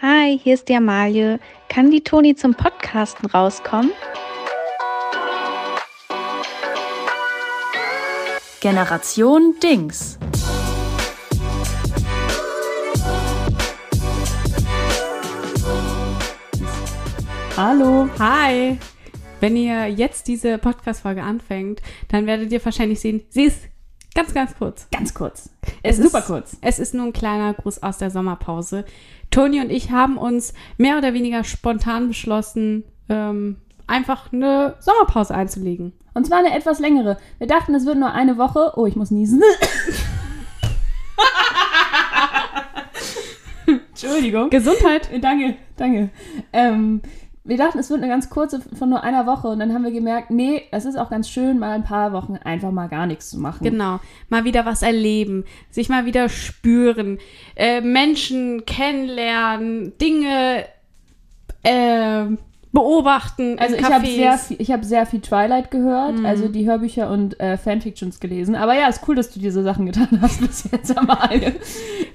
Hi, hier ist die Amalie. Kann die Toni zum Podcasten rauskommen? Generation Dings. Hallo. Hi. Wenn ihr jetzt diese Podcast-Folge anfängt, dann werdet ihr wahrscheinlich sehen, sie ist ganz, ganz kurz. Ganz kurz. Es ist super kurz. Es ist nur ein kleiner Gruß aus der Sommerpause. Toni und ich haben uns mehr oder weniger spontan beschlossen, ähm, einfach eine Sommerpause einzulegen. Und zwar eine etwas längere. Wir dachten, es wird nur eine Woche. Oh, ich muss niesen. Entschuldigung. Gesundheit. Danke, danke. Ähm, wir dachten, es wird eine ganz kurze von nur einer Woche und dann haben wir gemerkt, nee, es ist auch ganz schön, mal ein paar Wochen einfach mal gar nichts zu machen. Genau. Mal wieder was erleben, sich mal wieder spüren, äh, Menschen kennenlernen, Dinge äh, beobachten. Also in ich habe Cafés. sehr, viel- ich hab sehr viel Twilight gehört, also die Hörbücher und äh, Fanfictions gelesen. Aber ja, ist cool, dass du diese Sachen getan hast bis jetzt einmal.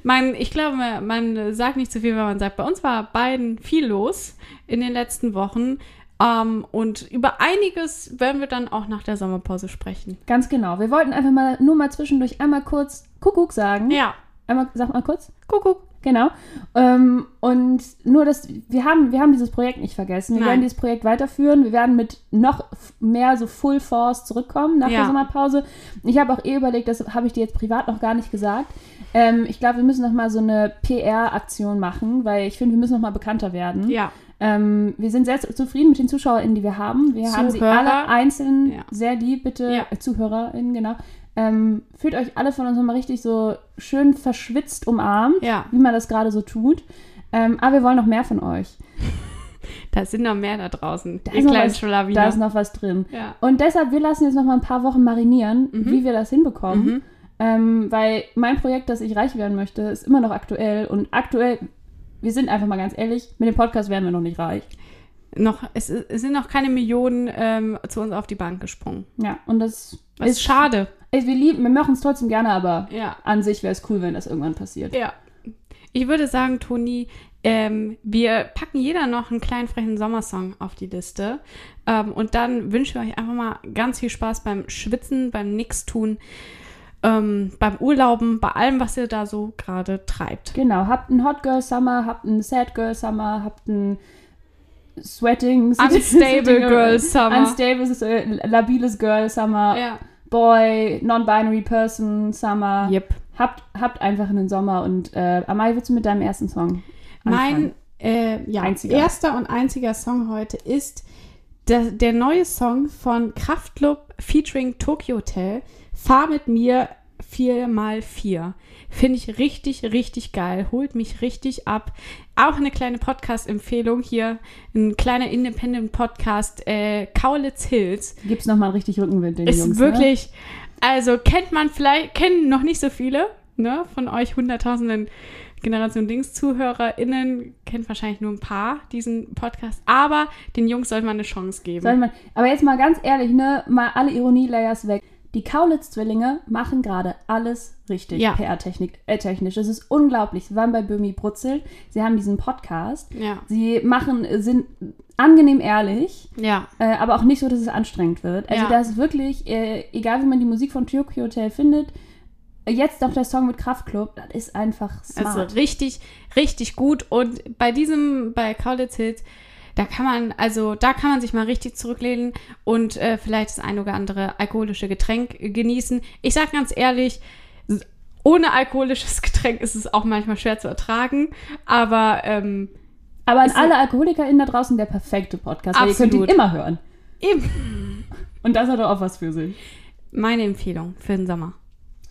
Man, ich glaube, man sagt nicht zu viel, wenn man sagt, bei uns war beiden viel los in den letzten Wochen. Ähm, und über einiges werden wir dann auch nach der Sommerpause sprechen. Ganz genau. Wir wollten einfach mal nur mal zwischendurch einmal kurz Kuckuck sagen. Ja. Einmal, sag mal kurz. Kuckuck. Genau. Ähm, und nur das, wir haben, wir haben dieses Projekt nicht vergessen. Wir Nein. werden dieses Projekt weiterführen. Wir werden mit noch f- mehr so Full Force zurückkommen nach Ja. der Sommerpause. Ich habe auch eh überlegt, das habe ich dir jetzt privat noch gar nicht gesagt. Ähm, ich glaube, wir müssen noch mal so eine PR-Aktion machen, weil ich finde, wir müssen noch mal bekannter werden. Ja. Ähm, wir sind sehr zu- zufrieden mit den ZuschauerInnen, die wir haben. Wir haben sie Zuhörer. alle einzeln Ja. sehr lieb, bitte. Ja. äh, ZuhörerInnen, genau. Ähm, fühlt euch alle von uns nochmal richtig so schön verschwitzt umarmt, Ja. wie man das gerade so tut. Ähm, aber wir wollen noch mehr von euch. Da sind noch mehr da draußen. Da noch kleinen was- da ist Schlawiner. noch was drin. Ja. Und deshalb, wir lassen jetzt nochmal ein paar Wochen marinieren, wie wir das hinbekommen. Mhm. Ähm, weil mein Projekt, dass ich reich werden möchte, ist immer noch aktuell. Und aktuell, wir sind einfach mal ganz ehrlich, mit dem Podcast werden wir noch nicht reich. Noch, es, es sind noch keine Millionen ähm, zu uns auf die Bank gesprungen. Ja, und das Das ist schade. Ey, wir lieben, wir machen es trotzdem gerne, aber Ja. an sich wäre es cool, wenn das irgendwann passiert. Ja. Ich würde sagen, Toni, ähm, wir packen jeder noch einen kleinen frechen Sommersong auf die Liste. Ähm, und dann wünschen wir euch einfach mal ganz viel Spaß beim Schwitzen, beim Nix-Tun, ähm, beim Urlauben, bei allem, was ihr da so gerade treibt. Genau, habt einen Hot Girl Summer, habt einen Sad Girl Summer, habt einen Sweating Unstable Girl Summer. Unstable ist äh, labiles Girl Summer, Ja. Boy, Non-Binary Person Summer. Yep. Habt, habt einfach einen Sommer und äh, Amai, willst du mit deinem ersten Song? Mein anfangen? äh, ja, Einziger. erster und einziger Song heute ist der, der neue Song von Kraftklub featuring Tokyo Hotel. Fahr mit mir 4x4. Finde ich richtig, richtig geil. Holt mich richtig ab. Auch eine kleine Podcast-Empfehlung hier. Ein kleiner Independent-Podcast. Äh, Kaulitz Hills. Gibt's nochmal einen richtig Rückenwind den Ist Jungs, ne? wirklich, also kennt man vielleicht, kennen noch nicht so viele, ne, von euch hunderttausenden Generation Dings-ZuhörerInnen, kennt wahrscheinlich nur ein paar diesen Podcast, aber den Jungs soll man eine Chance geben. Soll man, aber jetzt mal ganz ehrlich, ne, mal alle Ironie-Layers weg. Die Kaulitz-Zwillinge machen gerade alles richtig Ja. PR-technisch. Äh, technisch. das ist unglaublich. Sie waren bei Böhmi Brutzel, sie haben diesen Podcast. ja, Sie machen, sind angenehm ehrlich, ja, äh, aber auch nicht so, dass es anstrengend wird. Also Ja. da ist wirklich, äh, egal wie man die Musik von Tokyo Hotel findet, äh, jetzt noch der Song mit Kraftklub, das ist einfach smart. also richtig, richtig gut und bei diesem, bei Kaulitz Hills, da kann man, also da kann man sich mal richtig zurücklehnen und äh, vielleicht das ein oder andere alkoholische Getränk genießen. Ich sag ganz ehrlich, ohne alkoholisches Getränk ist es auch manchmal schwer zu ertragen, aber ähm, aber an ist- alle AlkoholikerInnen da draußen der perfekte Podcast, weil ihr könnt ihn Absolut. immer hören. eben Und das hat doch auch was für sich. meine Empfehlung für den Sommer.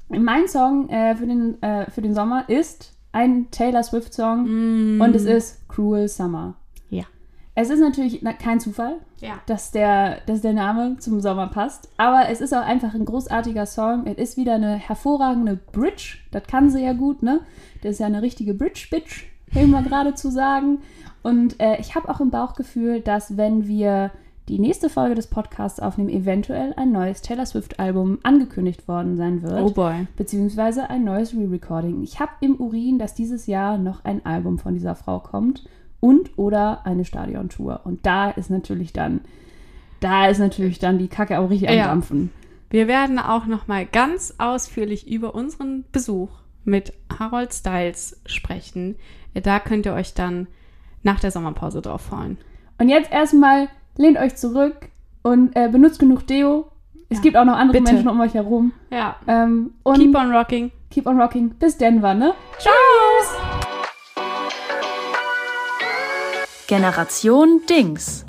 Mein Song äh, für, den, äh, für den Sommer ist ein Taylor Swift-Song und es ist Cruel Summer. Ja. Es ist natürlich na, kein Zufall, Ja. dass der, dass der Name zum Sommer passt, aber es ist auch einfach ein großartiger Song. Es ist wieder eine hervorragende Bridge, das kann sie ja gut, ne? Das ist ja eine richtige Bridge-Bitch, will man gerade zu sagen. Und äh, ich habe auch im Bauchgefühl, dass wenn wir die nächste Folge des Podcasts aufnehmen, eventuell ein neues Taylor Swift-Album angekündigt worden sein wird Oh boy. beziehungsweise ein neues Re-Recording. Ich habe im Urin, dass dieses Jahr noch ein Album von dieser Frau kommt und oder eine Stadiontour. Und da ist natürlich dann, da ist natürlich dann die Kacke auch richtig am Ja. Dampfen. Wir werden auch noch mal ganz ausführlich über unseren Besuch mit Harold Styles sprechen. Da könnt ihr euch dann nach der Sommerpause drauf freuen. Und jetzt erstmal lehnt euch zurück und äh, benutzt genug Deo. Es Ja. gibt auch noch andere Bitte. Menschen um euch herum. Ja. Ähm, und Keep on rocking. keep on rocking. Bis Denver, ne? Tschüss. Generation Dings.